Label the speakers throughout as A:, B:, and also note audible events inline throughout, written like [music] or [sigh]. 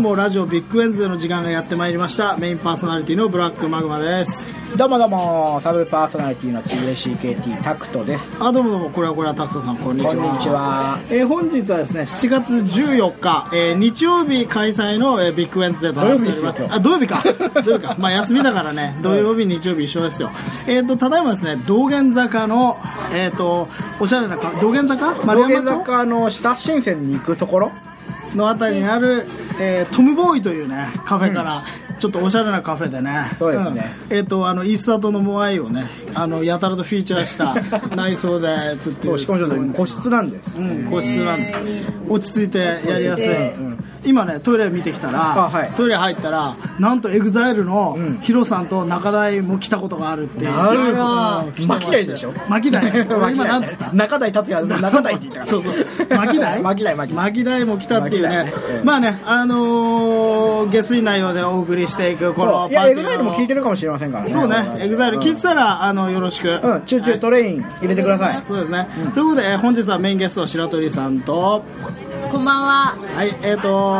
A: 某ラジオビッグエンズの時間がやってまいりましたメインパーソナリティのブラックマグマです
B: どうもどうもサブパーソナリティの TACKT タクトです
A: あどうもどうもこれはこれはタクトさんこんにちは
B: こんにちは
A: えー本日はですね7月14日、えー日曜日開催の、えービッグエンズデーとなっております
B: 土曜日ですよ
A: あ土曜日か [laughs] 土曜日かまあ休みだからね土曜日日曜日一緒ですよえっ、とただいまですね道玄坂のえっ、とおしゃれなか道玄坂丸山
B: 丸山
A: 町
B: 坂の下新線に行くところ
A: のあたりにある、えートムボーイというねカフェから、ちょっとおしゃれなカフェでね
B: そうですね
A: うんえっ、とあのイースター島のモアイをねあのやたらとフィーチャー
B: [laughs]
A: した内装でちょっと
B: しかもちょっと個室なんです
A: うん、個室なんです落ち着いてやりやすい、うん今ねトイレ見てきたら、
B: あはい
A: トイレ入ったらなんとエグザイルの
B: うん
A: ヒロさんと中台も来たことがあるっていう
B: なるほど
A: 来てま
B: 巻
A: す
B: き台でしょ
A: 巻
B: [laughs]
A: き台俺今
B: 今
A: なん
B: 何
A: つった
B: 中台
A: [laughs]
B: 達也中台って言ったから
A: そうそう巻き台
B: 巻き台巻き台
A: 巻き台も来たっていうね
B: 巻き台ね
A: まあねあのー下水内容でお送りしていくこの
B: いや
A: パン
B: エグ
A: ピ
B: ザイ
A: ー
B: ル
A: の
B: も聞いてるかもしれませんからね
A: そうねエグザイル聞いてたらあのよろしく
B: うんチューチュートレイン入れてください
A: そうですねということでえー本日はメインゲスト白鳥さんと
C: こんばんは。
A: はいえっと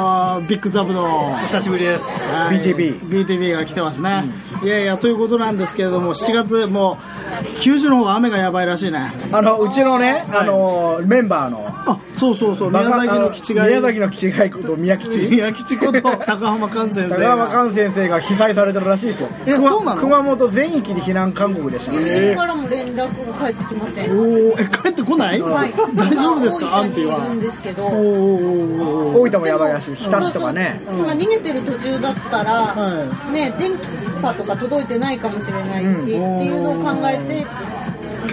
A: ビッグザブドウ
D: お久しぶりです
A: はい
B: BTB
A: BTB が来てますね、いやいやということなんですけれども7月もう九州の方が雨がやばいらしいね
B: あのうちのねあのメンバーの
A: あそうそうそう宮崎の基地が
B: 宮崎の基地が行くと
A: [laughs]
B: 宮吉
A: 宮吉こと高浜寛先生
B: 高
A: が
B: 山寛先生が被災されてるらしいと
A: え
B: 熊
A: そうなの
B: 熊本全域に避難勧告でしたね
C: 友人からも連絡が返ってきません。
A: おおえ帰ってこない、
C: はい。
A: 大丈夫ですか
C: 今
A: 安否
C: 大分にいるん
A: は
C: ですけ
A: おー
C: ど。
A: おーおーおー
B: 大分もやばいらしい日田市とかね
C: そうそう今逃げてる途中だったら、
A: は
C: ね電気波とか届いてないかもしれないし、
B: うん
C: っていうのを考えて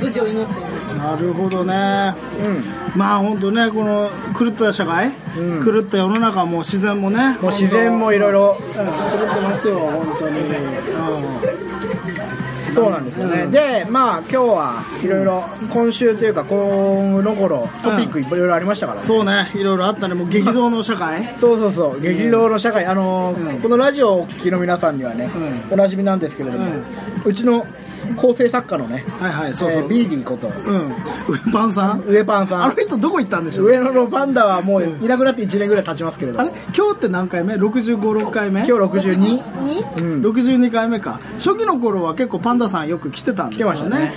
C: 無事を祈っています。
A: なるほどね
B: うん
A: まあ本当ねこの狂った社会、
B: うん
A: 狂った世の中も自然もね
B: もう自然もいろいろ
A: うん狂ってますよ本当に、うん、
B: そうなんですよね、でまあ今日はいろいろ今週というかこの頃トピックいろいろありましたからね、
A: そうねいろいろあったねもう激動の社会
B: そうそうそう激動の社会あのー
A: うん
B: このラジオをお聞きの皆さんにはね、
A: う
B: おなじみなんですけれども、うちの構成作家のね
A: はいはいそうそう、
B: えービービーこと
A: うん上パンさん
B: 上パンさ
A: あの
B: ん
A: 人どこ行ったんでしょう
B: 上野のパンダはもういなくなって1年ぐらい経ちますけれど
A: あ
B: も
A: れ今日って何回目656回目
B: 今日62、
C: に
B: うん、
A: 62回目か初期の頃は結構パンダさんよく来てたんですよね
B: 来
A: う
B: てまし
A: ん
C: 今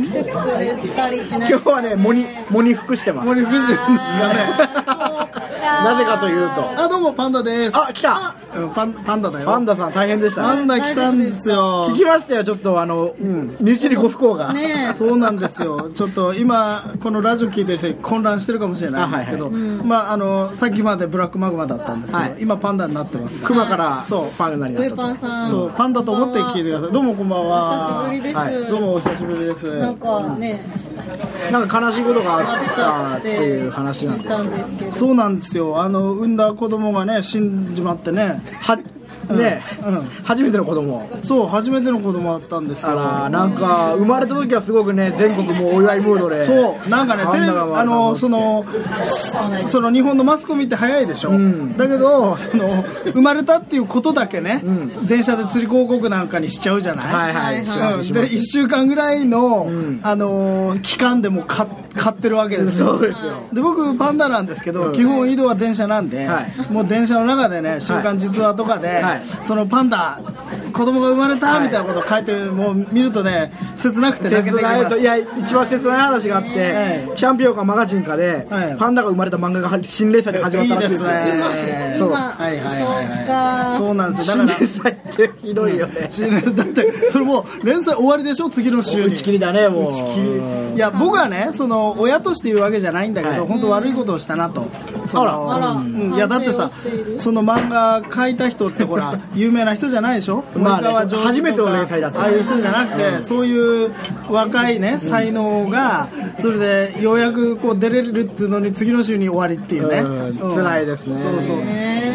C: 日来てくれたりしない。
B: 今日はねモニモニ服してます
A: 森富士ですかね
C: あー
B: なぜかというと
A: あどうもパンダです
B: あ来た
A: うんパンパンダだよ
B: パンダさん大変でした
A: パ
B: ね
A: ンダ来たんですよ
B: 聞きましたよちょっとあの、身内にご不幸が、
C: ねえ。
A: そうなんですよちょっと今このラジオ聞いてる人混乱してるかもしれないんですけど
B: あ
A: まああのさっきまでブラックマグマだったんですけ
B: は
A: ど今パンダになってますか
B: 熊から
A: そう
B: パンダになっ
C: 上
B: た
C: パ
B: と
C: ンさん。
A: らそうパンダと思って聞いてくださいどうもこんばんは
C: 久しぶりです。
B: はい
A: どうもお久しぶりです
C: なんかね、
B: なんか悲しいことがあった
C: あ
B: っ
C: ってて
B: いう話なんです
C: 聞いたんですけど。
A: そうなんですよあの産んだ子供がね死んじまってね
B: はねえ、
A: うん
B: 初めての子供
A: そう初めての子供だったんです
B: あ
A: よ
B: らなんか生まれた時はすごくね全国もうお祝いムードで
A: そうなんかねテレビあのそのその日本のマスコミって早いでしょ、
B: うん
A: だけどその生まれたっていうことだけね、
B: ん
A: 電車で釣り広告なんかにしちゃうじゃない、
B: はいはい、
C: うん
A: うん、
B: で
A: で1週間ぐらいの、
B: ん
A: あのー期間でも買買ってるわけですよ
B: そうですよ
A: で僕パンダなんですけど、
B: うん
A: 基本移動は電車なんで、
B: はい
A: もう電車の中でね「週刊実話」とかで、
B: はい
A: そのパンダ子供が生まれた
B: はい
A: みたいなことを書いてもう見るとね切なくて泣け
B: 切
A: てき
B: ない
A: ます
B: いや一番切ない話があって、
A: ええ
B: チャンピオンかマガジンかで、
A: はい
B: パンダが生まれた漫画が心霊祭で始まったらしいよ
A: いいですね
B: そ
C: 今、
B: う
A: はいはいはい
C: そっか
A: はいそうなんですよだ
B: 心
A: から
B: 霊祭ってひどいよね、
A: 新年だってそれもう連載終わりでしょ次の週に
B: 打ち切りだねもう
A: 打ち切りいや僕はねその親として言うわけじゃないんだけど、
B: はい
A: 本当悪いことをしたなとその
C: あら
A: うん、いやだってさ
C: 反省をしている
A: その漫画描いた人ってほ
C: [laughs]
A: ら有名な人じゃないでしょ
B: まあね
A: 森川上司とか
B: 初めての連載だった
A: ああいう人じゃなくて、そういう若いね才能がそれでようやくこう出れるっていうのに次の週に終わりっていうね、
B: うん辛いですね
A: そうそう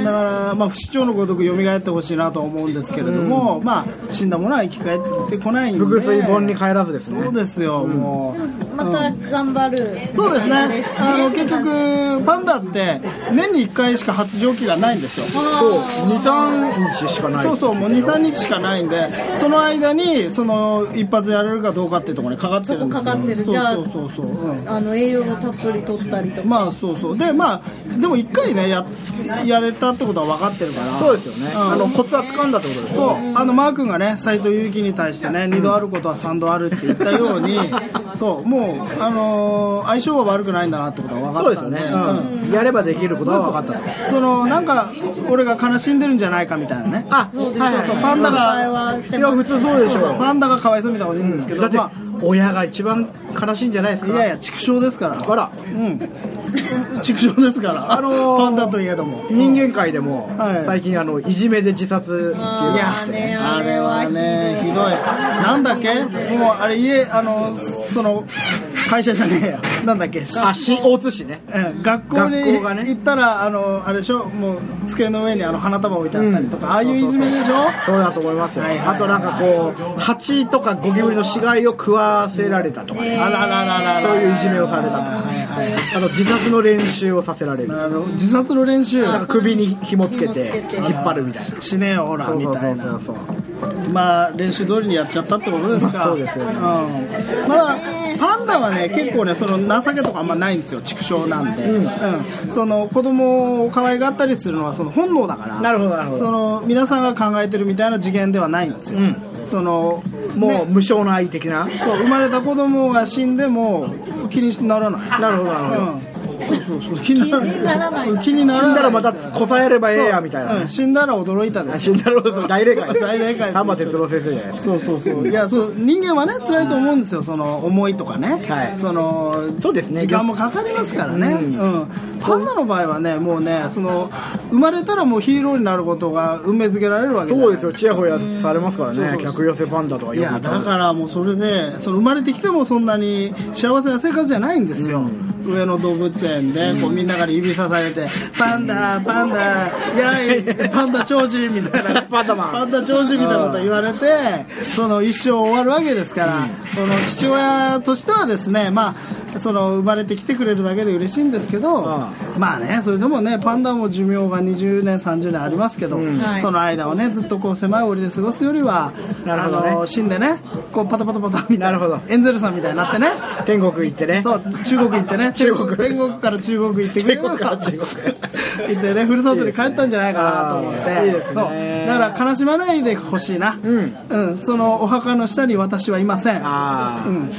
A: だから、まあ、不死鳥のごとく蘇ってほしいなとは思うんですけれども、まあ、死んだものは生き返ってこないんで
B: 複数本に帰らずですね
A: そうですよ、もう、
C: またこ頑張る
A: そうですね、あの結局、パンダって年に1回しか発情期がないんですよ、
B: そう23日しかない
A: そうそう、もう2、3日しかないんで、その間にその一発やれるかどうかっていうところにかかってるんですよ
C: そこかかってるじゃあ
A: そうそうそうそう、うん
C: あの栄養をたっぷり取ったりとか、
A: まあそうそう、で、まあ、でも1回ねや、やれたってことは分かってるから、
B: そうですよね、
A: ん
B: あのコツは掴んだってことですよ
A: そ
B: ね
A: うあのマー君がね斎藤佑樹に対してね2度あることは3度あるって言ったようにそうもう、あのー相性は悪くないんだなってことは分
B: そ
A: かっ
B: う
A: た
B: ですよ
A: んで
B: ね、
A: うん
B: うんやればできることは分かったと
A: そのなんか俺が悲しんでるんじゃないかみたいなね
B: あ
C: そうです
B: はいはい
A: そう
B: はい
A: パンダ
C: 心配はして
A: が
C: ますいや普
B: 通そうでしょ
A: パンダがかわいそうみたいなこと言うんですけど、
B: だって、
A: ま
B: 親が一番悲しいんじゃないです
A: あ、
B: か
A: いやいや畜生ですから
B: あら
A: うん畜生ですから、
B: あのー
A: パンダといえども
B: 人間界でも、
A: はい
B: 最近あのいじめで自殺っていう
A: い
C: あ
A: や
C: ーね
A: あれはねひ
C: ひ
A: ど
C: ど
A: い
C: い
A: なんだっけもうあれ家あのその会社じゃねえやなんだっけ
B: あし大津市ね
A: うん学校に
B: 学校がね
A: 行ったらあのあれでしょもう机の上にあの花束置いてあったりとか、ああいういじめでしょ
B: そうだと思いますよ、
A: はいはいはい
B: あとなんかこう蜂とかゴキブリの死骸を食わせられたとか、ね
A: あららららら
B: そういういじめをされたとか、
A: はいはい
B: あと自殺の練習をさせられる
A: あの自殺の練習
B: なんか首に紐つけ
C: 紐つ
B: て
C: けて
B: 引っ張るみたいな
A: しねえよほら
B: そう
A: み
B: そう
A: た
B: そ
A: いうな
B: そう
A: まあ練習通りにやっちゃったってことですか
B: そうですよね
A: ん、まあパンダはね結構ねその情けとかあんまないんですよ畜生なんで、うんその子供を可愛がったりするのはその本能だから
B: なるほどなるほど
A: その皆さんが考えてるみたいな次元ではないんですよ、
B: うん
A: その
B: も
A: ね
B: う無償の愛的な、
A: そう生まれた子供が死んでも気にならない
B: なるほどなるほど、
A: うん、そうそうそう気になら
C: 気にならない
A: 気になら
B: 死
A: ない
B: んだらまたこさえればええやみたいな、
A: うん死んだら驚いたです
B: 死んだら大霊界
A: 大霊界
B: 玉哲郎先生じゃないですか
A: そうそうそういやそう人間はね辛いと思うんですよその思いとかね、
B: はい
A: その
B: そうですね
A: 時間もかかりますからね、う
B: うんん
A: パンダの場合はねもうねその生まれたらもうヒーローになることが運命づけられるわけじゃない
B: そうですよチヤホヤされますからね客寄せパンダとはいよ
A: や
B: く言
A: だからもうそれでその生まれてきてもそんなに幸せな生活じゃないんですよ、上野動物園でこうみんなから指さされて「パンダパンダやいパンダ長寿」みたいな、ね、
B: [laughs] パンダマン
A: パンダ長寿みたいなこと言われてその一生終わるわけですから、その父親としてはですねまあその生まれてきてくれるだけで嬉しいんですけど、
B: う
A: まあねそれでもねパンダも寿命が20年30年ありますけど、
B: うん
C: はい
A: その間をねずっとこう狭い檻で過ごすよりは
B: なるほどね
A: あの死んでねこうパタパタパタみたいな
B: なるほど
A: エンゼルさんみたいになってね
B: 天国行ってね
A: そう中国行ってね
B: [laughs] 中国
A: 天国から中国行ってくれれば
B: 天国から中国 [laughs]
A: 行ってねふるさとに帰ったんじゃないかなと思って
B: いいです
A: そ
B: ね
A: うだから悲しまないでほしいな、
B: うん
A: うんそのお墓の下に私はいません
B: ああ、
A: うん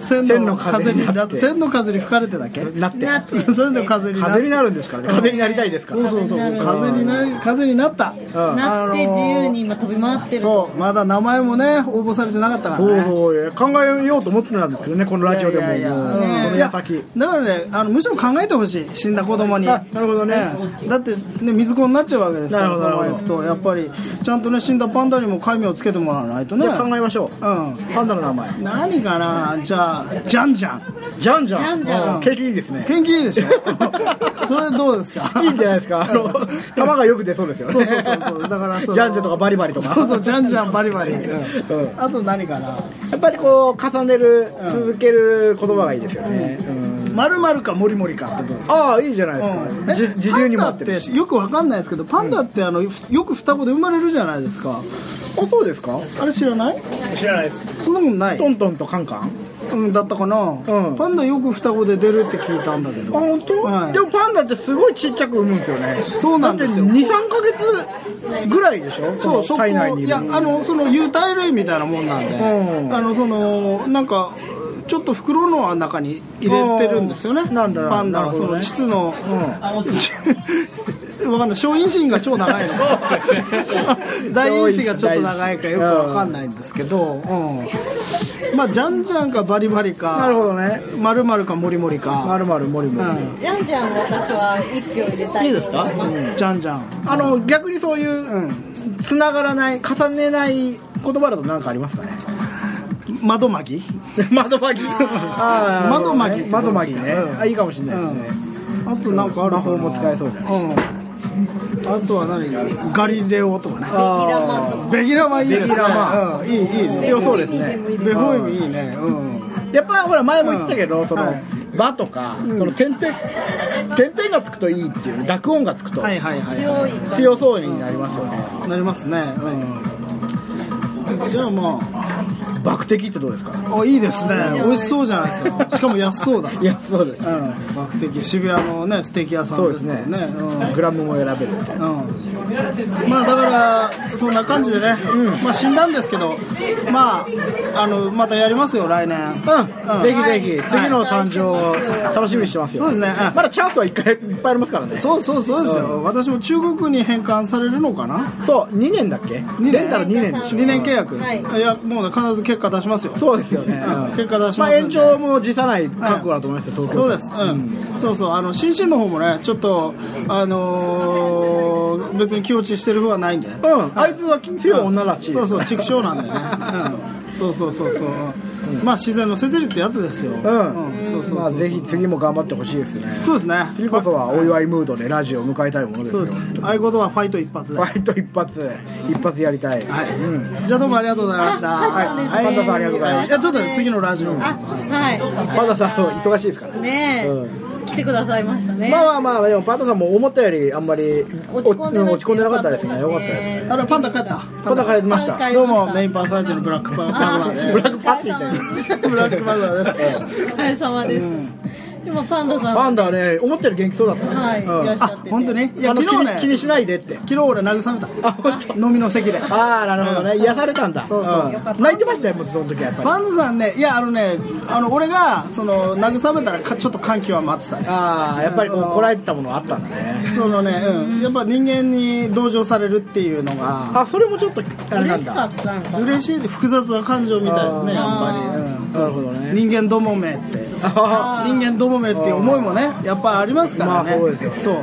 A: 千
B: ね
A: の風に
B: 千の
A: な
B: 風に
A: っ
B: なって
A: [laughs]
B: て
A: 千の風に吹かれてだっけ
B: なって
C: なって
A: 千の風になっ
B: 風
A: て
B: になるんですからね風になりたいですか
A: そう
B: ら
A: そうそう
C: 風になる
A: 風になり風になった
B: うん
C: なって自由に今飛び回ってる
A: そうまだ名前もね応募されてなかったからね
B: そうそう考えようと思ってたんですけどねこのラジオでももう
A: いやいやいや
B: この矢先
A: だからねあのむしろ考えてほしい死んだ子供に
B: あ [laughs] なるほどね
A: ええだって、ね、水子になっちゃうわけですから
B: なるほ
A: そ
B: ど
A: のまま
B: なる
A: 行
B: ほ
A: く
B: ど
A: とやっぱりちゃんとね死んだパンダにも戒名をつけてもらわないとね
B: じゃあ考えましょう
A: う
B: パンダの名前
A: ん何かなじゃあじゃんじゃん
B: じゃんじゃ
C: じゃんじゃ
B: ん
C: ん
B: 景気いいですね
A: 元気いいでしょ [laughs] それどうですか
B: いいんじゃないですかあ [laughs] の玉がよく出そうですよね
A: そうそうそうそうだからその
B: じゃんじゃんとかバリバリとか
A: そうそうじゃんじゃんバリバリ、うん
B: うん
A: あと何かな
B: やっぱりこう重ねる続ける言葉がいいですよねうん
A: まるまるかもりもりかってどうですか
B: ああいいじゃないですか
A: え
B: じ自流にも合って
A: パ
B: る
A: ンダよくわかんないですけどパンダってあのふよく双子で生まれるじゃないですか
B: あそうですか
A: あれ知らない
B: 知らないです
A: そんなもんない、
B: トントンとカンカン
A: うん、だったかな、
B: ん
A: パンダよく双子で出るって聞いたんだけど
B: あ本当、
A: はい
B: でもパンダってすごいちっちゃく産むんですよね
A: そうなんですよ
B: だって23か月ぐらいでしょ
A: そうそこ
B: その体内に
A: いやあのその有袋類みたいなもんなんで、
B: うん
A: あのそのなんかちょっと袋の中に入れてるんですよね
B: うんなんだろう
A: パンダは
B: なる
A: そ
B: ほど
A: の
B: ね
A: 膣の、わかんない [laughs] 松陰神が超長いのか
B: [laughs]
A: 大陰子がちょっと長いかよくわかんないんですけど、うんまあじゃんじゃんかバリバリか
B: なるほどね
A: まるまるかもりもり
B: ま
A: か、
B: るまるもりもり、
A: う
C: じゃんじゃん私は一票入れた
A: ん、
C: い
A: いいですか、じゃんじゃん
B: あの逆にそういうつながらない重ねない言葉だと何かありますかね
A: 窓巻き
B: [laughs] 窓巻
A: [laughs]
B: きあー
A: 窓巻き
B: 窓巻きね、
A: うん
B: あいいかもしれないですね、
A: うん、あとなんかあるかな
B: 魔法も使えそうじゃ
A: うん、あとは何ガリレオとかね
C: ベギラマンとか
A: ベギラマいいですね
B: ベギラマ
A: うん、いいいいね
B: 強そうですね
C: ベギラマンでもいい
A: ベホイムいいねうん
B: やっぱほら前も言ってたけど、
A: うん
B: その、
A: はい
B: 場とか、
A: ん
B: その点々点々がつくといいっていう濁音がつくと
A: はいはいはい
C: 強い
B: 強そうになりますよね、
A: なりますね、うん、じゃあま
B: バク的ってどうですか
A: ああいいですね美味しそうじゃないですかしかも安そうだ
B: いやそうです、
A: うん、爆的渋谷のねステーキ屋さ
B: そ
A: ん
B: う
A: で
B: です
A: す
B: ね
A: よねうん
B: グラムも選べる
A: うんまあだからそんな感じでね、まあ死んだんですけどまああのまたやりますよ来年
B: うん、
A: うん
B: ぜひぜ
A: は
B: ひ、
A: い
B: 次の誕生を楽しみにしてますよ
A: そうですねうん
B: まだチャンスは一回いっぱいありますからねそう
A: そうそうそうですよ、私も中国に返還されるのかな
B: 2年だっけ
A: 年
B: レンタル2年でしょ
A: 2年契約、、
C: はいい
A: やもうね必ず結果出しますよ
B: そうですよね、
A: うん
B: うん
A: 結果出しますんで
B: まあ、延長も辞さない覚悟だと思いますよ、東京
A: そうです、うん、そうそう、あの、心身の方もね、ちょっと、あのー別に気落ちしてる風はないんで。
B: うん、あいつは強い女らしい
A: そうそう、畜生
B: [laughs]
A: なんでね。うん、そうそうそうそう、うんまあ、自然の摂理ってやつですよ。う
B: うん、
A: そうそうそう
B: まあぜひ次も頑張ってほしいですね
A: そうですね。
B: 次こそはお祝いムードでラジオを迎えたいものです
A: そう
B: よ
A: です。合言葉ファイト一発で。
B: フ
A: はい。
B: ァイト一発一発やりたい、うん、
A: じゃあどうもありがとうございました。
C: あカズさんですね
A: はい
B: カズさんありがとうございました
A: やちょっとね次のラジオ。
C: あはい
B: パンダさん忙しいですから
C: ねえ、来てくださいましたね、
B: まあまあまあでもパンダさんも思ったよりあんまり
C: 落ち込んでない
B: 落ち込んでなかったですねよかったですね
A: あれパンダ帰った。
B: パンダ帰りまし
C: パンダ
B: た
C: 帰
A: どうもメインパーソナリティのブラックパンダーで
B: ブラックパッティみたいな
A: ブラックマグダです。
C: お疲れ様です、今パンダさん
B: パンダね思ったより元気そうだったね
C: はい、
B: うん
C: いらっしゃ
A: あ
C: ってて
A: 本当にいや
B: あの
A: 昨
B: 気
A: 日
B: に
A: ね
B: 気にしないでって
A: 昨日俺慰めた
B: あ本当
A: 飲みの席で
B: ああなるほどね癒されたんだ
A: そうそうん
B: 泣いてましたよもうその時はやっぱり
A: パンダさんねいやあのねあの俺がその慰めたらかちょっと歓喜は待ってたね
B: ああやっぱりもうこらえてたものあったんだね
A: そのね、うん、やっぱ人間に同情されるっていうのが
B: あそれもちょっとあれな
C: 嬉
B: ん
C: しか
B: だ
C: ったんかな
A: 嬉しい複雑な感情みたいですねやっ
C: あ
A: ぱり、うん
B: なるほどね
A: 人間どもめって
B: あ
A: 人間どもめっていう思いもねやっぱありますからね,、
B: まあそうですよね
A: そう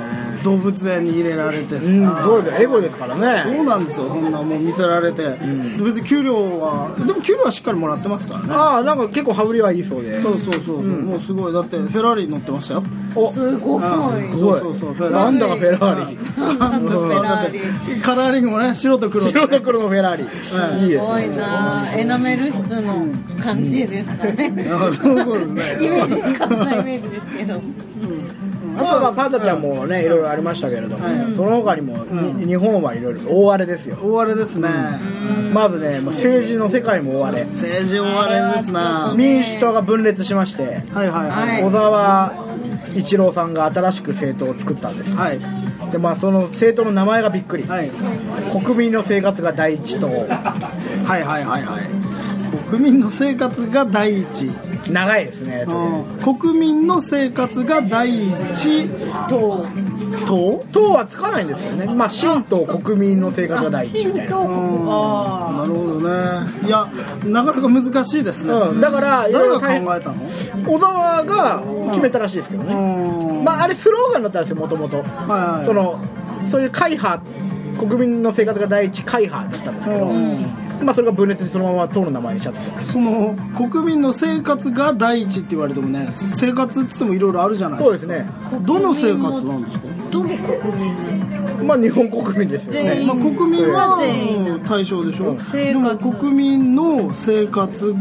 A: 動物園に入れられてさ、
B: ーうんすごいねエゴですから
A: そう
B: ね
A: なんですよそんなもう見せられて、別に給料はでも給料はしっかりもらってますからね
B: ああなんか結構羽振りはいいそうで
A: そうそうそう、もうすごいだってフェラーリ乗ってましたよ
B: お
C: すごい、
A: ん
B: すごい
A: そうそうそうフェラーリ
B: なんだかフェラーリ
C: なんだフェラーリ
A: リカラーリングもね白と黒
B: 白と黒のフェラーリいい
C: す
B: です
C: ご
B: ね
C: いなエナメル質の感じですかね、
A: あ [laughs] そうそうですね
C: イメージ勝手なイメージですけど
B: あとはまあパンダちゃんもねいろいろありましたけれども
A: はい
B: その他にもに日本はいろいろ大荒れですよ
A: 大荒れですね、
B: まずねもう政治の世界も大荒れ
A: 政治大荒れですな
C: う
A: み
B: 民主党が分裂しまして
A: はいはいは
C: はいい
B: 小沢一郎さんが新しく政党を作ったんです
A: はい
B: でまあその政党の名前がびっくり
A: はい
B: 国民の生活が第一党
A: はいはいはいはい国民の生活が第一
B: 長いですね
A: 国民の生活が第一
C: と
A: 党
B: 党はつかないんですよねまあ新党国民の生活が第一みたいな
A: あなるほどねいやなかなか難しいですね、
B: うんだからいろい
A: 誰
B: ろ
A: が
B: 大変
A: 考えたの
B: 小沢が決めたらしいですけど
A: う
B: ね、
A: ん
B: まあ、あれスローガンだったんですよもともと
A: はい
B: そのそういう会派国民の生活が第一会派だったんですけど、まあ、それが分裂してそのまま党の名前にしちゃった
A: その国民の生活が第一って言われてもね生活っつってもいろいろあるじゃない
B: そうですね、
A: どの生活なんですか、
C: どの国民
B: まあ、日本国民ですよ
C: 全
B: ね
C: 員
A: まあ、国民
C: 全員
A: は対象でしょでも国民の生活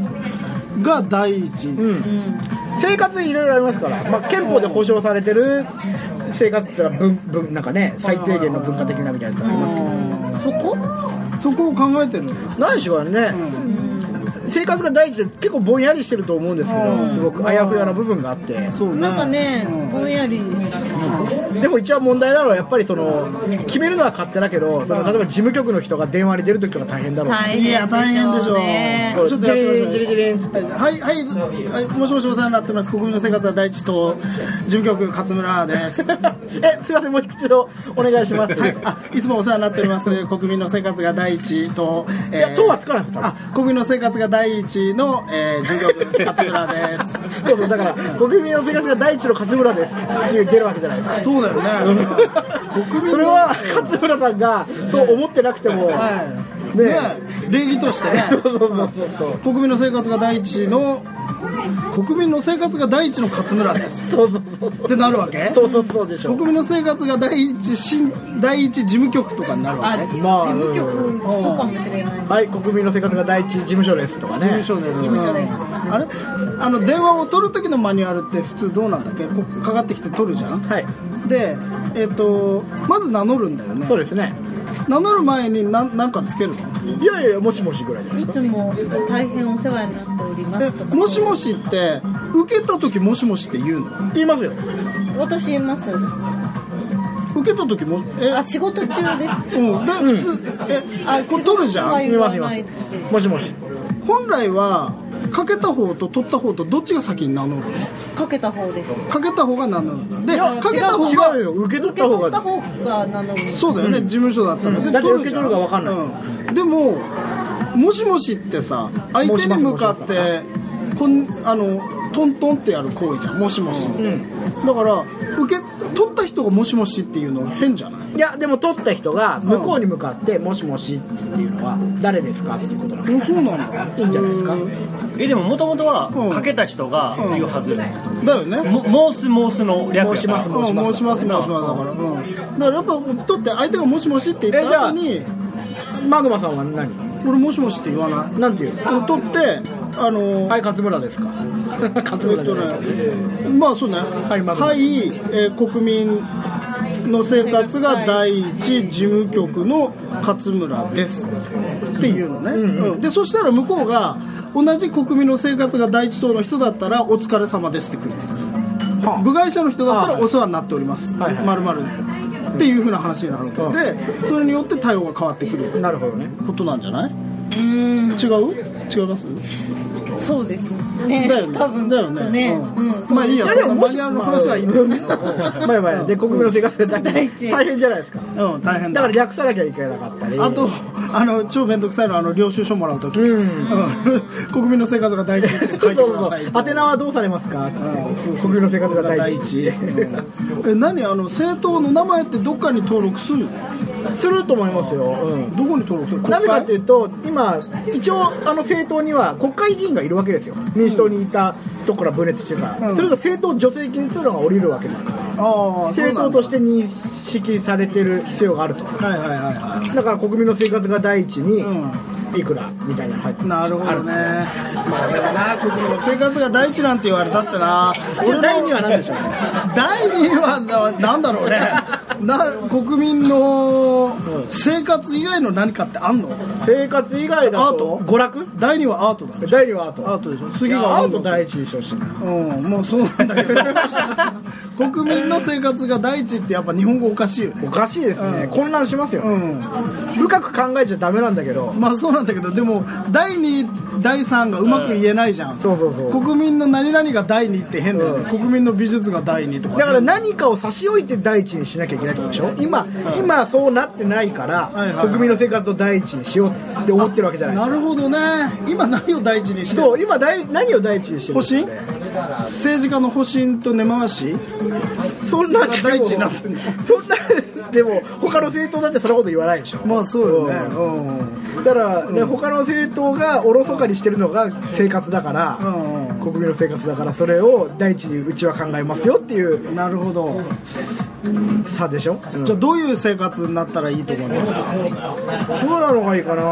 A: が第一、
B: うん生活いろいろありますから、まあ、憲法で保障されてる生活ってのは分分なんかね最低限の文化的なみたいなやつがありますけど
C: そこ
A: そこを考えてるんだ
B: 何でしょうね、生活が第一で結構ぼんやりしてると思うんですけ
A: うん
B: どすごくあやふやな部分があって
A: そうね
C: なんかね
A: うん
C: ぼんやり
B: でも一番問題なのはやっぱりその決めるのは勝手だけどその例えば事務局の人が電話に出るときとか大変だろう
C: 大変
A: いや大変でしょ
C: ね
A: うちょっとやってみましょう
B: ジリジリジリンっつって
A: はいはい、はい、もしもしお世話になってます国民の生活は第一と事務局勝村ですは
B: [laughs] えすいませんもう一度お願いします、
A: いあいつもお世話になっております国民の生活が第一と、えー
B: いや党はつかなかった
A: あ国民の生活が第一の、えー、事務局勝村です
B: [laughs] そうそうだから国民の生活が第一の勝村ですっていう出るわけじゃないですか
A: そうだよね国民
B: それは勝村さんがそう思ってなくても、
A: はい
B: ね [laughs]
A: ね礼儀としてね
B: そうそうそうそう
A: 国民の生活が第一の国民の生活が第一の勝村です
B: そうそうそう
A: ってなるわけ
B: そうそうそうでしょ
A: 国民の生活が第一新第一事務局とかになるわ
C: あ
A: け
C: じ事
B: まあ
C: 務局そうかもしれない
B: はい国民の生活が第一事務所ですとかね
A: 事務所です
C: 事務所です
A: うんあれあの電話を取る時のマニュアルって普通どうなんだっけこかかってきて取るじゃん
B: はい
A: でえっ、とまず名乗るんだよね
B: そうですね
A: 名乗る前に何なんかつけるの
B: いやいやいやもしもしぐらいじゃない
C: い
B: です
C: つも大変お世話になっておりま
A: え
C: すとか
A: もしもしって受けた時もしもしって言うの
B: か言いますよ
C: 私言います
A: 受けた時もえ
C: あ仕事中です
A: うんで普通、え
C: あ
A: これ取るじゃ
C: は
A: ん
C: い
B: 言います言いま
C: 言わないです
B: もしもし
A: 本来はかけた方と取った方とどっちが先に名乗るの
C: かけた方です
A: かけた方が名乗るんだで
B: いや
A: かけた方
B: 違う
A: が
B: よ受け取
C: 受
B: っ
C: け
B: た方
C: 取
B: が
C: った方が名乗る
A: そうだよね、事務所だったら、
B: うん
A: で
B: だって
A: じゃ
B: 受け取るか分かんない
A: うんでももしもしってさ相手に向かっ
B: もしもしもし
A: てこんあのトントンってやる行為じゃんもしもしって、だから受け取った人がもしもしっていうの変じゃない
B: いやでも取った人が向こうに向かって「もしもし」っていうのは誰ですかっていうことなの
A: うんそうなんだ
B: いいんじゃないですか
D: えでももともとは
A: うん
D: かけた人が言うはず、
A: だよね
D: も申す申すの略やから
B: 申し
A: うん申します申しますだから、うん、だからやっぱ取って相手がもしもしって言った後に
B: マグマさんは何
A: 俺もしもしって言わない
B: なんていう
A: 俺取ってあの
B: はい勝村ですか勝
A: えっ
B: 村じ
A: と
B: ゃない
A: ね、まあそうね、はい
B: まず
A: えー国民の生活が第一事務局の勝村ですっていうのね、うんでそしたら向こうが同じ国民の生活が第一党の人だったらお疲れ様ですってくる、
B: はあ
A: 部外者の人だったら
B: あ
A: お世話になっております、
B: はいはい
A: まるまるっていう風な話になるわけでそれによって対応が変わってくる
B: なるほどね
A: ことなんじゃない
C: うん
A: 違う違います
C: そうですね
A: だよね
C: 多分
A: だよねうん
C: うん
A: まあいいや
B: いや
A: そ
B: で
A: んな
B: も
A: マ
B: も
A: ニ
B: し
A: ュアルの話はいいんですけど
B: まあまあで国民の生活が大
C: 第一
B: 大変じゃないですか
A: うん、大変だ。
B: だから略さなきゃいけなかったり
A: あと、あの、超めんどくさいのは、あの、領収書もらうとき。
B: うん
A: うん [laughs] 国民の生活が第一って書いて
B: そう
A: く
B: そう
A: だ
B: そ
A: さい。
B: う宛名はどうされますかって
A: うん
B: 国民の生活が第
A: 第
B: 一
A: 一。うんえ、何あの、政党の名前ってどっかに登録するの
B: すると思いますようん
A: どこに登録する
B: なぜかってい
A: いう
B: と今一応あの政党には国会議員がいるわけですよ民主党にいたところは分裂してるから、
A: うん
B: それが政党助成金通路が降りるわけですから
A: ああ、。
B: 政党としてて認識されてる必要があると
A: はいはいはいは
B: だから国民の生活が第一に
A: う
B: いくらみたいな感じ
A: い。なるほどね。まあでもな、国民の生活が第一なんて言われたってな、
B: 俺の第二は何でしょうね
A: 第2はななんだろうね [laughs] な国民の生活以外の何かってあんの
B: 生活以外だ
A: アート
B: と娯楽
A: 第2はアートだ
B: 第二はアート
A: アートでしょ
B: い
A: 次
B: や
A: が
B: ア
A: 音
B: ート
A: 楽
B: 第一にしてほしいな
A: うんもうそうなんだけど [laughs] 国民の生活が第一ってやっぱ日本語おかしいよね
B: おかしいですね、
A: うん
B: 混乱しますよ、
A: うん
B: 深く考えちゃダメなんだけど
A: まあそうなんだけどでも第2第3がうまく言えないじゃん、
B: そうそうそう
A: 国民の何々が第2って変だよね、国民の美術が第2とかね
B: だから何かを差し置いて第一にしなきゃいけないってことでしょ今、今そうなってないから、
A: はいはいはい
B: 国民の生活を第一にしようって思ってるわけじゃない
A: なるほどね今何を第一にしてる
B: そう今第何を第一にしてる
A: 保身
B: って
A: 政治家の保身と根回し
B: そんなでも
A: 第一になってんの
B: そんな [laughs] でも他の政党だってそんなこと言わないでしょ
A: まあそうよねうん
B: だから、ね他の政党がおろそかにしてるのが生活だから、
A: うんうん
B: 国民の生活だからそれを第一にうちは考えますよっていう
A: なるほど、
B: 差でしょ、うん
A: じゃあどういう生活になったらいいと思いますか
B: どうなのがいいかな、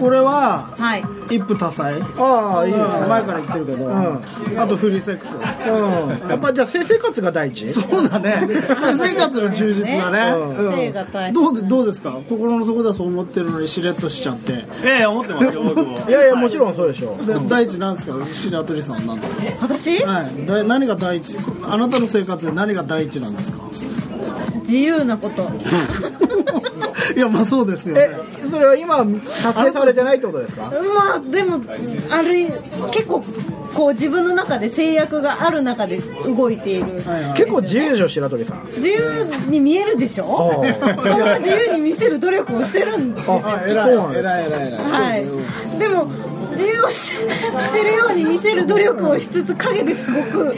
A: 俺は
C: はい
A: 一夫多妻
B: ああいいですね
A: 前から言ってるけど、
B: う
A: あとフリーセックス
B: うんやっぱじゃあ性生活が第一
A: そうだ [laughs] ね生活の充実だね、
B: う
A: うん
C: 性が大変
A: どうでどうですか心の底ではそう思ってるのにしれっとしちゃってで
D: ええ思ってます
A: [laughs]
D: よ僕も
B: いやいやもちろんそうでしょ
A: 第一なんですか白鳥さんなんですか、
C: 私
A: はい、だ何が第一あなたの生活で何が第一なんですか
C: 自由なこと
A: いやまあそうですよね
B: えそれは今達成されてないってことですか
C: まあでもある結構こう自分の中で制約がある中で動いている
A: はいはい
B: 結構自由でしょ白鳥さん
C: 自由に見えるでしょ
B: ああ
C: それは自由に見せる努力をしてるんですよ
B: あ
A: 偉い
B: そうなんです
A: 偉い偉い偉い
C: はいでも自由をししてるように見せる努力をしつつ陰ですごく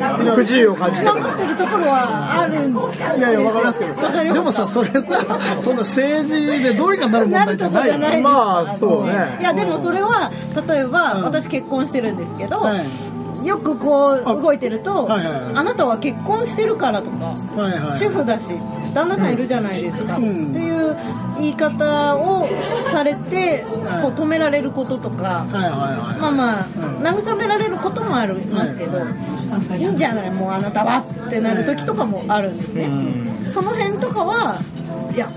C: あの
B: 不自由を感じてる
C: 頑張ってるところはあるん
A: いやいや、わかりますけど
C: わかり。ま
A: ですもさ、それさ、そんな政治でどうにかなる問
C: なる
A: 題じ
C: と
A: ゃ
C: か
A: ない
C: じゃ
A: よ
C: ない
A: ね。
C: です
B: まあそうね
C: いやでもそれは例えば、
A: うん
C: 私結婚してるんですけど、
A: は
C: よくこう動いてると、
A: はいはいはい
C: あなたは結婚してるからとか、
A: はいはい
C: 主婦だし旦那さんいるじゃないです
A: ん
C: か、っていう言い方をされて、
A: はい
C: こう止められることとか、
A: はいはい
C: ま
A: は
C: あまあ、慰められることもありますけど、い、いんじゃないもうあなたはってなる時とかもあるんですね、その辺とかはいや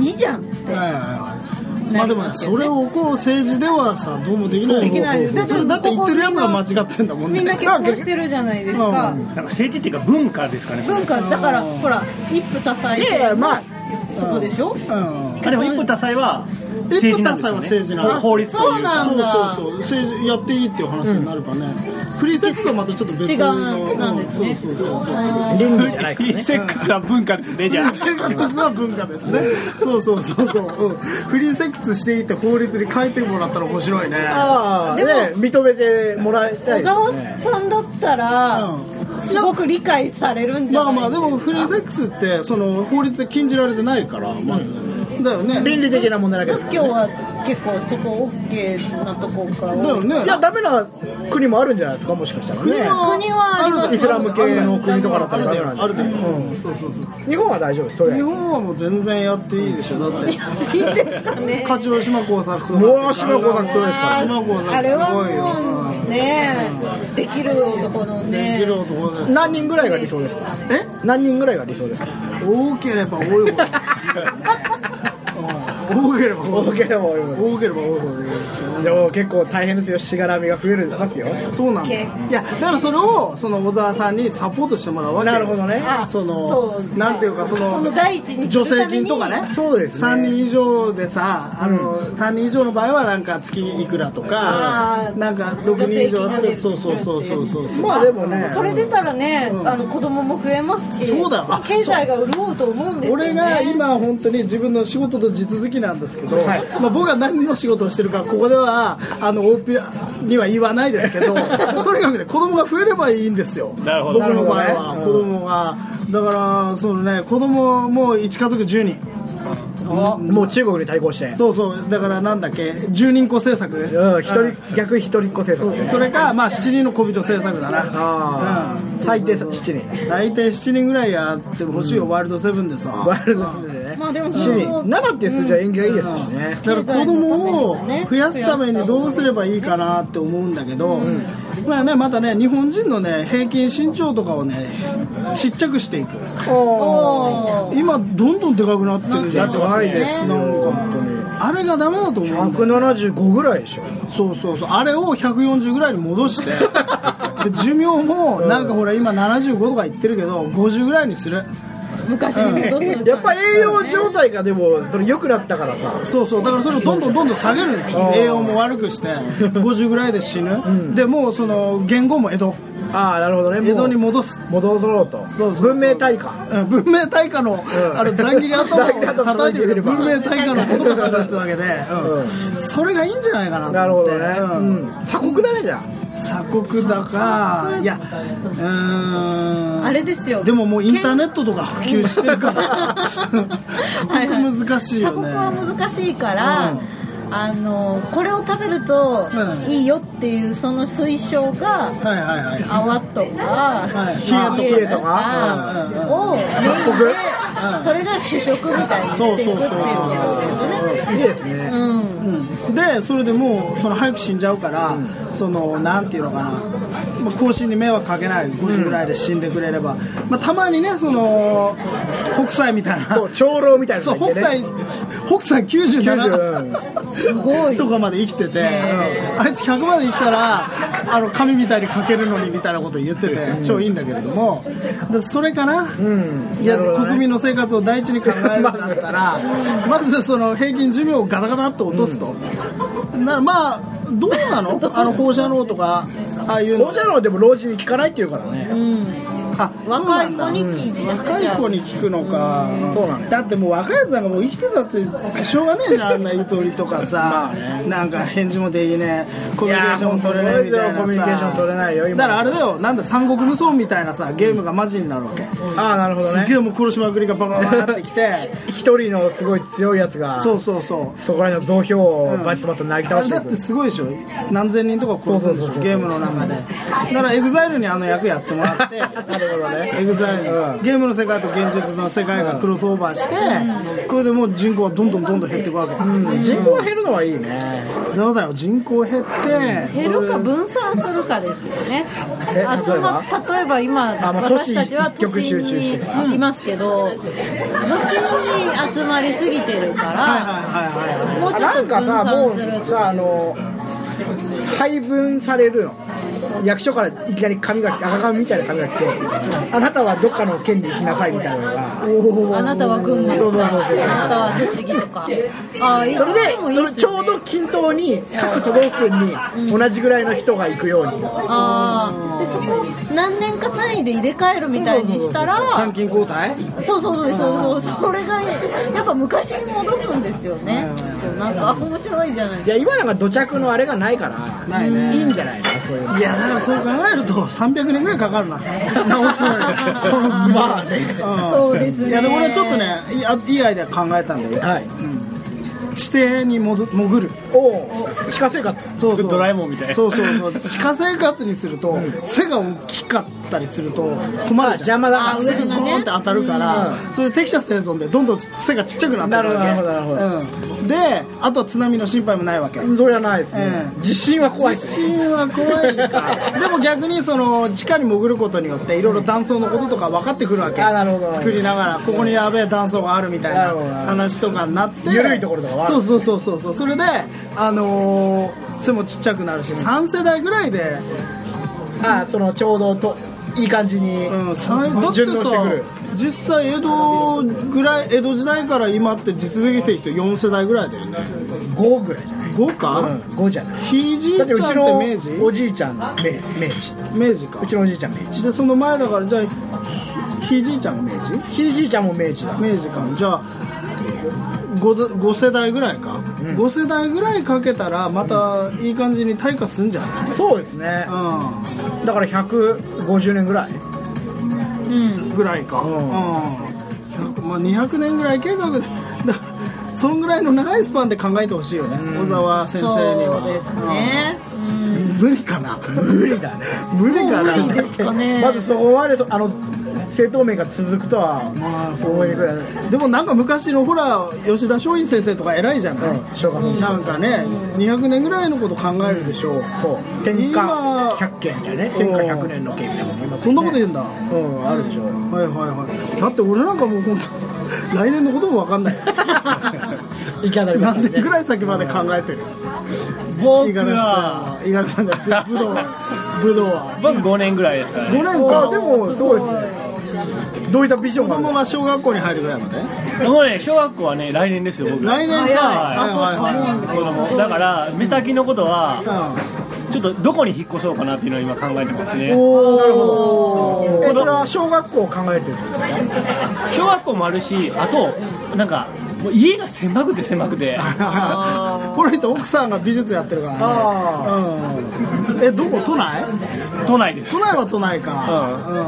C: いいじゃんって
A: い。はいはいはいま
C: な
A: あ
C: り
A: でもね
C: ま、すよ
A: そ
C: ね
A: れをこう政治ではさ、どうもできない
C: できない
A: だってだって言ってるやつが間違ってんだもんね。
C: みんな結婚してるじゃないですか
D: なんか政治っていうか文化ですかね。それ
C: 文化だからほら一夫多妻
B: いやいやまあ
C: そこでしょ
A: うん。
D: あでも一夫多妻は
A: 一
D: 政
A: 夫多
D: 治なんです
A: 妻
D: よ
A: は
D: ね。
A: 政治なんですよ
D: 法律と
C: そ
D: いうう
C: な
D: か。
A: そ
C: ん
A: う
C: だ
A: そうそう政治やっていいっていう話になるからね、フリーセックスとはまたちょっと別
C: 違
A: の
C: うなんですね
A: そうそうそうそう
C: あ
B: 倫理じゃないから
D: フリー
B: ね
D: [laughs] セックスは文化ですねじゃあ。
A: フリーセックスは文化ですねそうそうそうそう、うん、フリーセックスしていいって法律に書いてもらったら面白いね
B: ああね
C: でも
B: 認めてもらいたい
C: ー小
B: ですよね
C: 沢さんだったら
A: うん
C: すごく理解されるんじ
A: ま
C: ゃ
A: あま
C: な
A: あ
C: い
A: でもフリーセックスってその法律で禁じられてないからまずだよね
B: 倫理的な問題だけです
C: 仏教は結構そこ OK なとこが
A: だよ
C: 多い
A: ね
B: いやダメな国もあるんじゃないですかもしかしたら
A: 国
B: ね
A: は
C: 国はあります
B: イスラム系の国とかだった
A: ある
B: ら
A: 程
B: ダメ
A: 度
B: なんじ
A: あ
B: ゃ
A: る程
B: ない
A: 度、
B: うん
A: そうそうそう
B: 日本は大丈夫ですそれ
A: 日本はもう全然やっていいでしょだって
C: いいですかね
A: 課長島耕作とか
B: もう島耕 [laughs] 作それですから
A: 島耕作
C: あれは
A: すごいよ
C: もうねできる男の
A: で
C: ね
A: きる男です
B: 何人ぐらいが理想ですか
A: え
B: 何人ぐらいが理想ですか
A: 多ければ [laughs] 多いほどうん多ければ多
B: 多
A: い
B: ければ多いほど
A: 多ければ多いほどいいですよ
B: でも結構大変ですよしがらみが増えるますよ
A: そうなんだ
C: け
A: いやだからそれをその小沢さんにサポートしてもらうわけよ
B: なるほどね
C: あ
A: その
C: そう
A: なんていうかその
C: その第一にす
A: 助成
C: るため
A: 金
C: に
A: とかね
B: そうですね
A: 3人以上でさあの、3人以上の場合はなんか月いくらと
C: あ
A: か
C: ー
A: なんか6人以上だったらそ
C: 助
A: う
C: 成
A: そ
C: 金
A: う
C: が出る
A: そうそうそうそう
B: まあでもね
C: それ出たらね、
A: ん
C: あの子供も増えますし
A: そうだよあ
C: 経済が潤うと思うんですよ、ね、
A: 俺が今本当に自分の仕事と地続きなんですけど、
B: はい
A: まあ、僕は何の仕事をしてるかここではあの大っぴらには言わないですけどとにかくね子供が増えればいいんですよ
D: なるほど
A: 僕の場合は、
B: なる
A: 子
B: ほど
A: 供がだからそのね子供も1家族10人
B: もう中国に対抗して
A: そうそうだからなんだっけ10人子政策
B: うん一人逆一人っ子政策ね
A: それかまあ7人の小人政策だな
B: ああ最低7人
A: 大体7人ぐらいやってほしいよ、ワイルドセブンでさ
B: ワイルドですね
C: まあでも
B: 7人7っていう数字は縁起がいいですしね
A: だから子供を増やすためにどうすればいいかなって思うんだけど、まあね、またね日本人の、ね、平均身長とかをねちっちゃくしていく
C: おー
A: 今どんどんでかくなってるじゃ
B: だ
A: ん
B: って怖いですよ本当に
A: あれがダメだと思うんだよ
B: 175ぐらいでしょ
A: そうそうそうあれを140ぐらいに戻
B: [laughs]
A: してで寿命もなんかほら今75とか言ってるけど50ぐらいにする
C: 昔に戻す
B: やっぱ栄養状態がでもそれ良くなったからさ
A: そうそうだからそれをどんどんどんどん下げるんですよ
B: あー
A: 栄養も悪くして50ぐらい
B: [laughs]
A: で死ぬ、でもうその言語も江戸
B: ああなるほどねもう
A: 江戸に戻す
B: 戻ろうと
A: そうそう
B: 文明大化
A: うん文明大化の、
B: ん
A: あの残切り頭
B: 残切り
A: を
B: 頭
A: 叩いてくれる文
B: 叩いてみれ
A: 明
B: ば
A: 大化のことがするってわけで、うんそれがいいんじゃないかな
B: なる
A: と思
B: ほ
A: って
B: どね、
A: うん
B: うん、鎖国だねじゃあ
A: 鎖国だかいやうーん
C: あれですよ
A: でももうインターネットとか普及してるからさ鎖国難しいよね、
C: 鎖国は難しいから、あのこれを食べると
A: うん
C: いいよっていうその推奨が
A: はいはいはい
C: 泡とか
A: い
C: 冷
B: 冷
C: え
B: え
C: と
B: と
C: か
A: か
C: をメインでそれが主食みたいにしていくっていうことですよ
B: いい
C: ね
B: ですね
C: うん
A: うんでそれでもうその早く死んじゃうから、そのなんていうのかな、まあ、後進に迷惑かけない50ぐらいで死んでくれれば、まあ、たまにねその北斎みたいな
B: そう長老みたいな
A: そう
B: のが
A: 北
B: いて
A: 斎
B: ね
A: 北斎
B: 90
A: 97
C: ごい
A: とかまで生きてて、うんあいつ100まで生きたらあの神みたいに描けるのにみたいなこと言ってて、超いいんだけれどもでそれかな、
B: うん
A: いや
B: なるほどね
A: 国民の生活を第一に考えるんだったらまずその平均寿命をガタガタっと落とすと、ならまあどうなのあの放射能とかああいうの
B: 放射能でも老人に効かないっていうからね
A: あそう
C: 若
A: ないん
C: 子
A: だ
C: に聞いて
A: 若い子に聞くのか、
B: そうなんだ
A: だってもう若いやつなんかもう生きてたってしょうがねえじゃんあんなゆとりとかさ、なんか返事もできねえコミュニケーションも取れないみたいなさ
B: いやーコミュニケーション取れないよ今
A: だからあれだよなんだ三国無双みたいなさゲームがマジになるわけ、
B: ああなるほど
A: す
B: ね
A: っげえもう殺しまくりがバババーってきて
B: 一人のすごい強いやつが
A: そうそうそう
B: [laughs] そこら辺の雑票を
A: うん
B: バッとバッと投げ
A: あ
B: 倒
A: れ
B: して
A: だ
B: い
A: って
B: く
A: すごいでしょ何千人とか殺すんでし
B: そうそ
A: ょ
B: うそうそう
A: ゲームの中でだからエグザイルにあの役やってもらっ
B: [laughs]
A: て
B: なるほどね
A: エグザイル
B: うん
A: ゲームの世界と現実の世界がクロスオーバーしてこれでもう人口はどんどんどんどん減っていくわけ
B: 人口が減るのはいいね
A: そうだよ人口減って
C: 減るか分散するかですよね。
B: え
C: あとまあ例えば今
B: あまあ都市
C: 私たちは
B: 一極
C: 都心
B: 集中してるから
C: にいますけど、都心に集まりすぎてるか
A: はいはい
C: ら、
A: はいはいはい
C: もうちょっ
B: な
C: と
B: んか
C: 分
B: さも
C: 散する
B: うさあの配分されるの役所からいきなり紙が来て赤紙みたいな紙が来てあなたはどっかの県に行きなさいみたいなのが
C: あなたは群馬
B: そうそう
C: と
B: そう
C: か、あ
B: そう
C: なたは栃木とか。ああ、いつ
B: それで
C: でもいい
B: そ
C: で
B: れ
C: す
B: ちょう
C: ね。
B: ど均等に各都道府県に同じぐらいの人が行くように
C: ああ、でそこを何年か単位で入れ替えるみたいにしたら、
A: 金交代
C: そうそうそうそうそう、それがやっぱ昔に戻すんですよね。きっとなんか面白いじゃない
B: い。や今なんか土着のあれがないから
A: ないね
B: いいんじゃないのそういうの
A: いやだからそう考えると300年ぐらいかかるな直すのに
B: [laughs] まあね
C: そうですね
A: いやでも俺はちょっとねいいあいいアイデア考えたんだよ
B: はい
A: 地底に戻潜る
B: おお地下生活
A: そうそう
D: ドラえもんみたい
A: そうそうそう地下生活にすると背が大きかったりすると困るじゃん
B: あ邪魔だから
A: あすぐゴーンって当たるから、それで適者生存でどんどん背がちっちゃくなってく
B: なるほどなるほどな
A: うん、であとは津波の心配もないわけ、
B: それはないですね
A: うん
B: 地震は怖い
A: 地
B: ですね
A: 震は怖いかでも逆にその地下に潜ることによっていろいろ断層のこととか分かってくるわけ
B: あなるほど
A: 作りながらここにやべえ断層があるみたい
B: なるほど
A: な話とかになって
B: 緩いところとかはあ
A: そ
B: る
A: うそうそうそうそうそれであのー、背もちっちゃくなるし3世代ぐらいで、
B: あそのちょうどといい感じに
A: うん、さいだってさ
B: 順応してくる
A: 実際江戸ぐらい江戸時代から今って実現してる人4世代ぐらいだよね
B: 5ぐらいじゃない
A: 5か、
B: 5じゃない
A: ひいじいち
B: だ
A: ゃ
B: っ
A: ん
B: て
A: っ
B: う
A: て
B: ちの
A: 明治
B: おじいちゃん明明治
A: 明治か
B: うちのおじいちゃん明治
A: でその前だからじゃあひひいじいちゃんが明治
B: ひいじいちゃんも明治だ
A: 明治かじゃあ 5, 世代ぐらいか、
B: ん
A: 5世代ぐらいかけたらまたいい感じに退化すんじゃない、
B: そうですね
A: う
B: だから150年ぐらい
C: う
A: ん、
C: ん。
A: ぐらいか、う
B: うんん
A: 100まあ、200年ぐらい計画で [laughs] だそんぐらいの長いスパンで考えてほしいよね、小沢先生には
C: そうですね。うん
A: うん無理かな
B: 無理だね
A: 無理かな
C: 無理ですかね。
B: まずそこまでそあの政党名が続くとは
A: まあそう
B: 思いにくい
A: でもなんか昔のほら吉田松陰先生とか偉いじゃない、
B: しょうがない
A: なんかね、200年ぐらいのこと考えるでしょう、
B: そう天
A: 今
B: 下100件みたいなね天下100年の件みたいなのもあります
A: そ
B: よ
A: ん
B: ね
A: なこと言うんだ、
B: うんあるでしょ
A: はいはいはいだって俺なんかもう本当 [laughs] 来年のことも分か
C: [laughs]
A: んない
B: 行き当たりばっか
A: 何
B: りね
A: 年ぐらい先まで考えてる五
D: 僕
A: 十嵐さん
D: は
A: 五十嵐さんじゃない武道は武道は
D: 僕5年ぐらいですから
A: 5
D: ね
A: 年
B: あ
A: か
B: でもすごいですねどういったビジョ
A: 子
B: ンがある
A: 供が小学校に入るぐらいまで
D: もうね小学校はね来年ですよ僕
A: 来年か
D: はい
A: はいはいはい
D: 子供だから目先のことは
A: う
D: ちょっとどこに引っ越そうかなっていうのを今考えてますね
A: んおー
B: なるほどえ
A: え
B: それは小学校を考えてる
D: 小学校もあるしあとなんかもう家が狭くて狭くて
A: [laughs] この人奥さんが美術やってるからね
B: あ
A: うんえどこ都内
D: 都内です
A: 都内は都内か
D: う
A: うん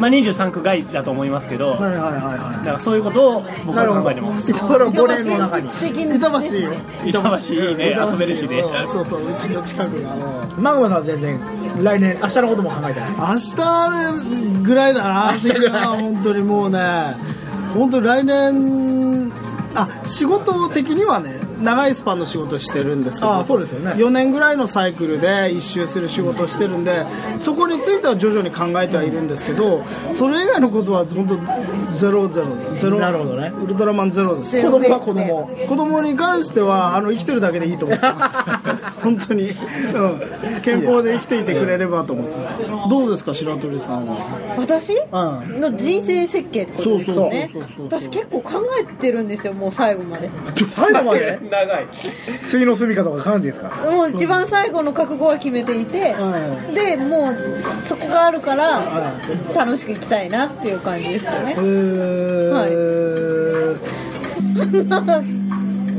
D: まあ、23区外だと思いますけど、
A: はいはいはいは
D: だからそういうことを僕は考えてます
A: い
B: これは5年の中に
C: 現実的に
A: 板橋よ
D: 板橋いいね遊べるしね
A: うんそうそううちの近くがもう
B: 南馬さんは全然来年明日のことも考えてない
A: 明日ぐらいだな
B: 明日ぐらい
A: 本当にもうね本当に来年あ仕事的にはね長いスパンの仕事してるんですよ
B: ああそうですよね
A: 4年ぐらいのサイクルで一周する仕事をしてるんでそこについては徐々に考えてはいるんですけどそれ以外のことは本当ゼロゼロゼロ
D: なるほどね
A: ウルトラマンゼロです
B: 子供は子供
A: 子供に関してはあの生きてるだけでいいと思ってます本当に、うん、健康で生きていてくれればと思ってますどうですか白鳥さんは
C: 私
A: うん
C: の人生設計ってことですよね
A: そうそうそうそう
C: 私結構考えてるんですよもう最後まで
B: 最後まで
D: 長い
B: 次の住みかとかかんですか
C: もう一番最後の覚悟は決めていて、
A: は
C: でもうそこがあるから楽しく行きたいなっていう感じですかね
A: え、ー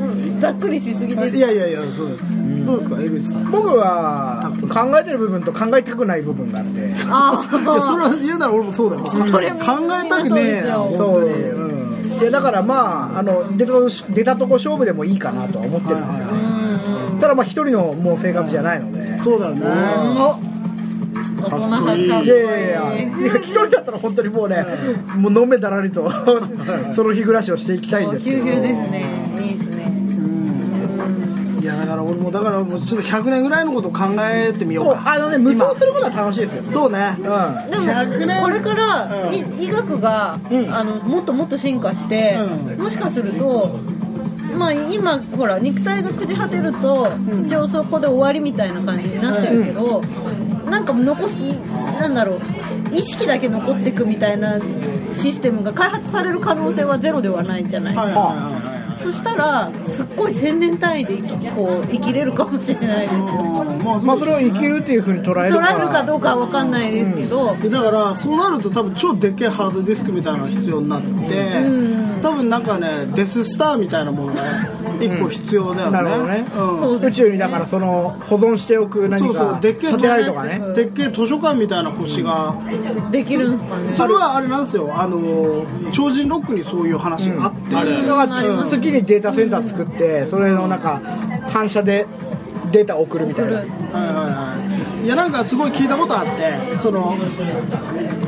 C: うんざっくりしすぎ
A: あ
C: で
A: い、
C: す
A: やいやいやそうです、どうですか江口さん
B: 僕は考えてる部分と考えたくない部分があって
C: あ
A: いやそれは言うなら俺もそうだよ考
C: それ
A: えたくねえよ本
C: みんな
B: そう
A: 当に
B: ですよ
A: うん
B: いやだからまああの出たとし出たとこ勝負でもいいかなとは思ってるんですよ、
A: はい
B: ただまあ一人のもう生活じゃないので、
A: そうだよね
C: お大人
A: かっこいい
C: 発
B: いやいやいやいや一人だったら本当にもうね、もうのんべだらりと [laughs] その日暮らしをしていきたいん
C: お
B: ですけ
C: 給
B: ど
C: 料ですねいいですね
A: いやだから俺もだからもうちょっと100年ぐらいのことを考えてみよう
B: そう
A: か
B: あのね無双することは楽しいですよ、
A: そうね
B: う
C: でも
A: 100年
C: これから、
A: うん
C: い医学が、
A: うん
C: あのもっともっと進化して、
A: う
C: もしかするとまあ今ほら肉体が朽ち果てると、一応そこで終わりみたいな感じになってるけど、なんか残すなんだろう意識だけ残っていくみたいなシステムが開発される可能性はゼロではないじゃない
A: はいはいはいはい
C: そしたらすっごい千年単位で生きこう生きれるかもしれないですよ
A: まあ
B: んまあそれを生きるっていうふうに捉える
C: 捉えるかどうかは分かんないですけど、
A: でだからそうなると多分超でっけえハードディスクみたいなのが必要になって、多分なんかねデススターみたいなものが1個必要だよね,、
B: なるほどね
A: うん
C: そう
B: 宇宙にだからその保存しておく何
A: そうそ
B: か
A: うでっけえ
B: サテライトがね
C: うん
A: でっけえ図書館みたいな星が、
C: できるんですかね
A: それはあれなんですよあの超人ロックにそういう話があって、
D: あれ
B: だから月にデータセンター作ってそれのなんか反射でデータを送るみたい
A: は
B: な
A: いはいはいいやなんかすごい聞いたことあってその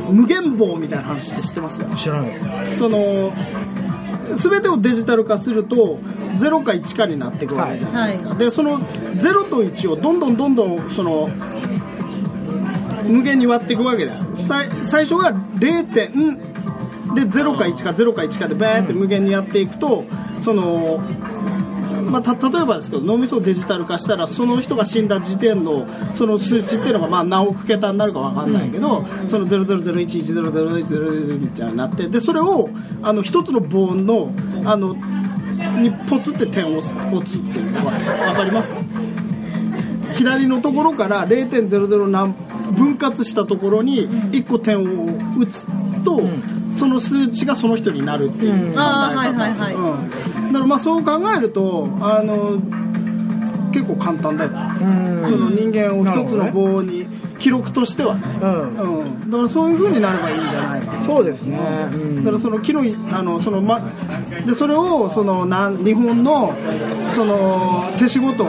A: 無限棒みたいな話って知ってます
B: 知らないです
A: その全てをデジタル化すると0か1かになっていくわけじゃないですか、
C: は
A: でその0と1をどんどんどんどんその無限に割っていくわけです最最初が0点で0か1か0か1かでバーって無限にやっていくと、そのまあ、た例えばですけど脳みそをデジタル化したらその人が死んだ時点のその数値っていうのがまあ何億桁になるか分かんないけど、その000110010みたいになってでそれをあの一つの棒のあのにポツって点を押すポツっていうのが分かります左のところから0.00何分割したところに1個点を打つと、その数値がその人になるっていう考え方、
C: あーはいはいはい
A: うん、だからまあそう考えるとあの結構簡単だよね、
B: うん
A: その人間を
B: なる
A: 一
B: ほ
A: つ
B: どね
A: の棒に記録としてはね、
B: うん
A: うん、だからそういう風になればいいんじゃないかな
B: そうですね、
A: だからその木のあのそのまでそれをそのなん日本のその手仕事、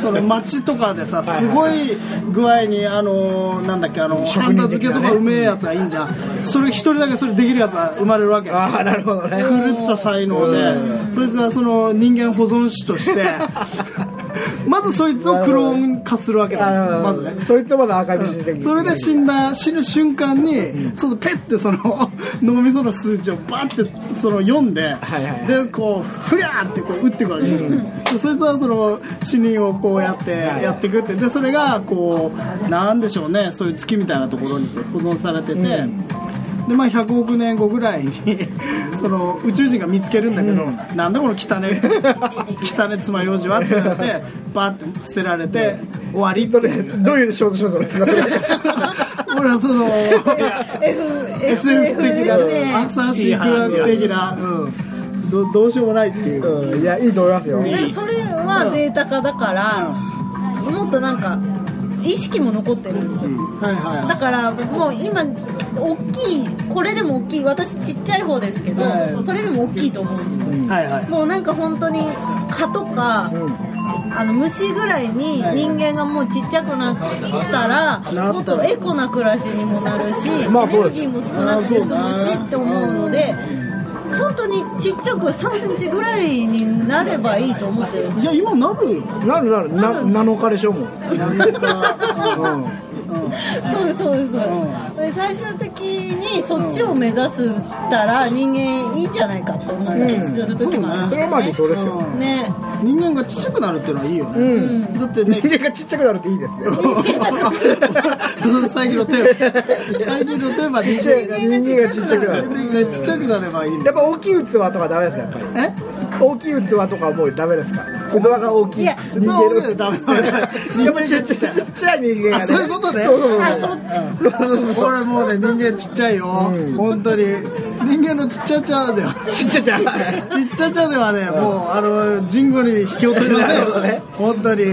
A: その町とかでさ
B: はい
A: すごい具合にあのなんだっけあの
B: 職
A: ハン
B: 人
A: ダ
B: 的
A: 付け
B: なね
A: とかうめえやつがいいんじゃん。それ一人だけそれできるやつが生まれるわけ。狂
B: ああなるほどね
A: った才能で、そいつはその人間保存士として。まずそいつをクローン化するわけ
B: なる
A: だ
B: ほど
A: まずね
B: そいつをまだアーカイブしてできる
A: それで死んだ死ぬ瞬間に、そのペッてその脳みその数値をバーってその読んで、
B: はいはい
A: でこうフリャーってこう打っていくわけですよ、でそいつはその死人をこうやってやっていくってでそれがこうなんでしょうねそういう月みたいなところにこう保存されてて、でまあ、100億年後ぐらいにその宇宙人が見つけるんだけど、なんだこの汚ね汚ね爪楊枝はってなってバーって捨てられて終わりって
B: そ
A: いう
B: れどういう衝突しますそれ
A: 俺はその SF 的なねアーサー・シークラーク的な、うん、どどうしようもないっていう、
B: うんいやいいと思いますよ
C: でもそれはデータ化だから、もっとなんか意識も残ってるんですよ、
A: はいはい
C: だ
A: は
C: からもう今大きいこれでも大きい私ちっちゃい方ですけど、
A: はい
C: それでも大きいと思うんですよ、
A: いはいはい
C: もうなんか本当に蚊とか、あの虫ぐらいに
A: はい
C: 人間がもうちっちゃくなったら、
A: ら
C: もっとエコな暮らしにもなるし、
B: ま
C: エ
B: あ
C: ネ
B: そう
C: ル
B: です
C: ギーも少なくて済
A: あ
C: む
A: そう
C: し
A: ね
C: って思うので。本当にちっちゃく3センチぐらいになればいいと思ってる
A: い、いや今なるよ
B: なるなるな7日でしょもう
A: なんか、
B: う
A: う
B: ん
A: ん
C: そうですそうです、
A: ん
C: で最終的にそっちを目指すったら人間いいんじゃないかって思ったりする時もある
B: それはまあ理想ですよ
A: うん
C: ね
A: 人間がちっちゃくなるっていうのはいいよ
B: う
A: ね、
B: ん
A: だってね
B: 人間がちっちゃくなるっていいですね
A: 最近のテーマ最近のテーマ人
B: ちっちゃい
A: 間が
B: 人間がちっちゃくなる
A: 人間がちっちゃくなればいいん
B: や
A: だ
B: っぱ大きい器とかダメですかやっぱり
A: え
B: 大きい器とかはもうダメですか器が大きい
C: いや
A: 器は大きいのダメダメダメ
B: [laughs] やっぱりちっちゃいちっちゃい人間がね
A: あそういうことね
B: そうそうそう
C: あそっち
A: これもうね人間ちっちゃいよ、本当に人間のちっちゃちゃでは
B: ちっちゃいちゃい
A: ちっちゃちゃではね、もうあの人語に引き劣りません
B: なるほど
A: よ、
B: ね
A: 本当に、うん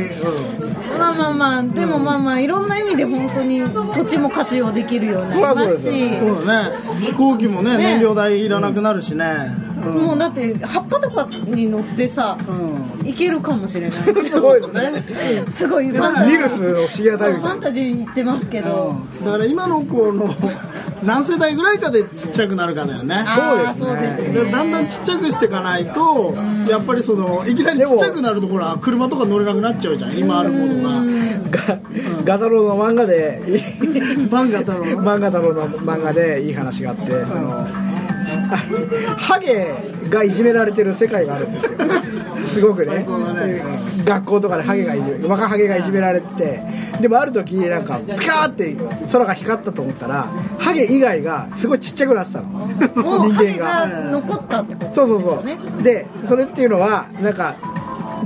C: まあまあまあでもまあまあいろんな意味で本当に土地も活用できるようになります
B: そう
C: し
A: そうだね、飛行機もね、
C: ね
A: 燃料代いらなくなるしね、うん
C: もうだって葉っぱとかに乗ってさ
A: うん
C: 行けるかもしれない
B: すごいですね [laughs]
C: すごいファンタジ
B: ニ
C: ー
B: ルスの不思議な
C: そ
B: タ
C: う
B: イ
C: フ
B: プ
C: ァンタジーに行ってますけど
A: だから今の子の何世代ぐらいかでちっちゃくなるかだよね。
C: ああ
B: そ
C: そうう
B: で
C: です
B: ね
C: す
A: で
C: ね
A: だんだんちっちゃくしていかないと、やっぱりそのいきなりちっちゃくなるところは車とか乗れなくなっちゃうじゃん今あるものが
B: [laughs] ガガタロウの漫画でいい
A: バンガ太郎
B: 漫画太郎の漫画でいい話があって、あのあハゲがいじめられてる世界があるんですよすごくね
A: 最高だね
B: うん学校とかでハゲがいじめ若ハゲがいじめられててでもある時なんかピカーって空が光ったと思ったらハゲ以外がすごいちっちゃくなってたの
C: もう
B: 人間
C: 影
B: が
C: が残ったってこと
B: そうそうそう、
C: ね
B: でそれっていうのはなんか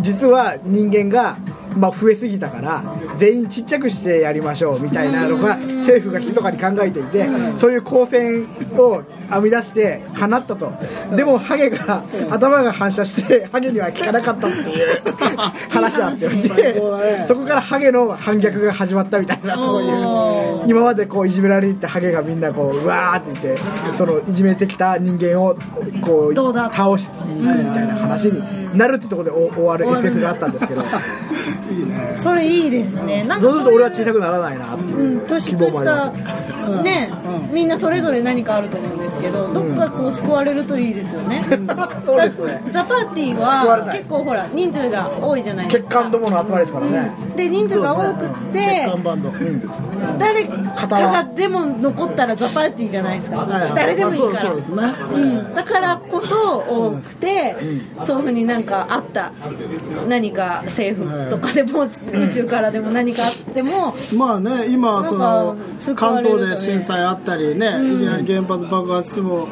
B: 実は人間がまあ増えすぎたから全員ちっちゃくしてやりましょうみたいなのが政府が密かに考えていてそういう光線を編み出して放ったとでもハゲが頭が反射してハゲには効かなかったっていう話だって言ってそこからハゲの反逆が始まったみたいなそういう
C: おー
B: 今までこういじめられていたハゲがみんなこううわーって言ってそのいじめてきた人間をこう
C: どうだ
B: 倒しみたいな話になるってところでお終わる SF があったんですけどそ
A: いいね
C: それいいですねなんか
B: うすると俺は小さくならないなっていう
C: うん突
B: 希望も
C: 出
B: あ
C: し
B: りま
C: たねみんなそれぞれ何かあると思うんですけどどっかこう救われるといいですよね
B: [laughs] そうですね
C: ザ・パーティー
B: 救われ
C: は
B: ない
C: 結構ほら人数が多いじゃないです
B: 血
C: か
B: 管どもの集まりですからね
C: で人数が多くって
A: 看板の
C: 誰かがでも残ったらザ・パーティーじゃないですか誰でもいいか
A: そ
C: ら
A: うですね、
C: うん、だからこそ多くて、そういうふうになんかあった何か政府とかでも、宇宙からでも何かあっても、
A: まあね今その
C: なんか救わ
A: 関
C: れるとね
A: 東で震災あったりね、いきなり原発爆発しても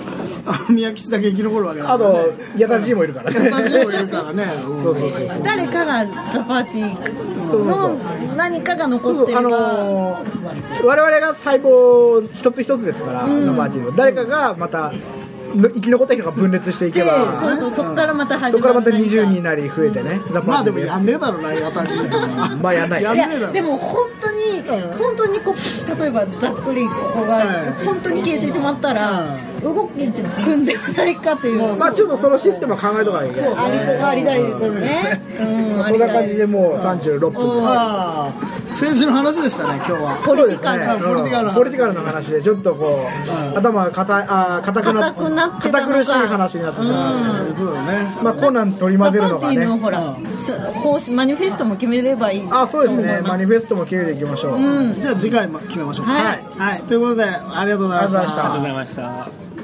A: あの宮吉だけ生き残るわけだ
B: あ
A: からね
B: と矢田爺もいるからね
A: 私もいるからね、うん
B: そうそうそう
C: 誰かがザ・パーティ
B: そう
C: ー
B: そう
C: の何かが
B: そ
C: 残っ
B: うそ
C: て
B: うあ
C: るか
B: のー我々が細胞一つ一つですから、
C: ん
B: のマーティンの誰かがまたの生き残った人が分裂してい
C: で
B: けば
C: そうそうそこからまた
B: そ
C: 始
B: こか
C: ま
B: ら
C: る
B: また
C: 何か
B: 20になり増えてね、ザ
A: まあでも
B: パーティー
A: やんねえだろうな私
B: まあやんない
A: やん
C: い
A: ねえだ
C: や
A: ろ
C: でも本当に、
A: うん
C: 本当にこう例えばざっくりここが、
A: はい
C: 本当に消えてしまったら、動きって組んでないかという、
B: まあちょっとそのシステムを考えとかないけない
C: ありがありたいですよね。うん、あ
B: そん
C: り
B: な
C: たい
B: 感じでもう36分です
A: ああ政治の話でしたね今日は
C: ポリティ
B: そう
C: カル
B: ですね
A: ポリティカルな
B: ポリティカルな話でちょっとこう頭が硬いあー硬くなっ
C: 硬くなってた
B: 堅苦
C: のか
B: しい話になってしまいましたね
A: そうだね
B: まあコナン取り
C: ザ・パ
B: 混ぜ
C: ーテ
B: るのが
C: ィーの
B: ね
C: ほら、こうマニフェストも決めればいい。
B: あそうですねマ
C: マニ
B: ニフェストも決めていきましょう
C: うん。
A: じゃあ次回も決めましょうか
C: はい
A: はい、ということでありがとうございました
B: ありがとうございました
D: ありがとうございました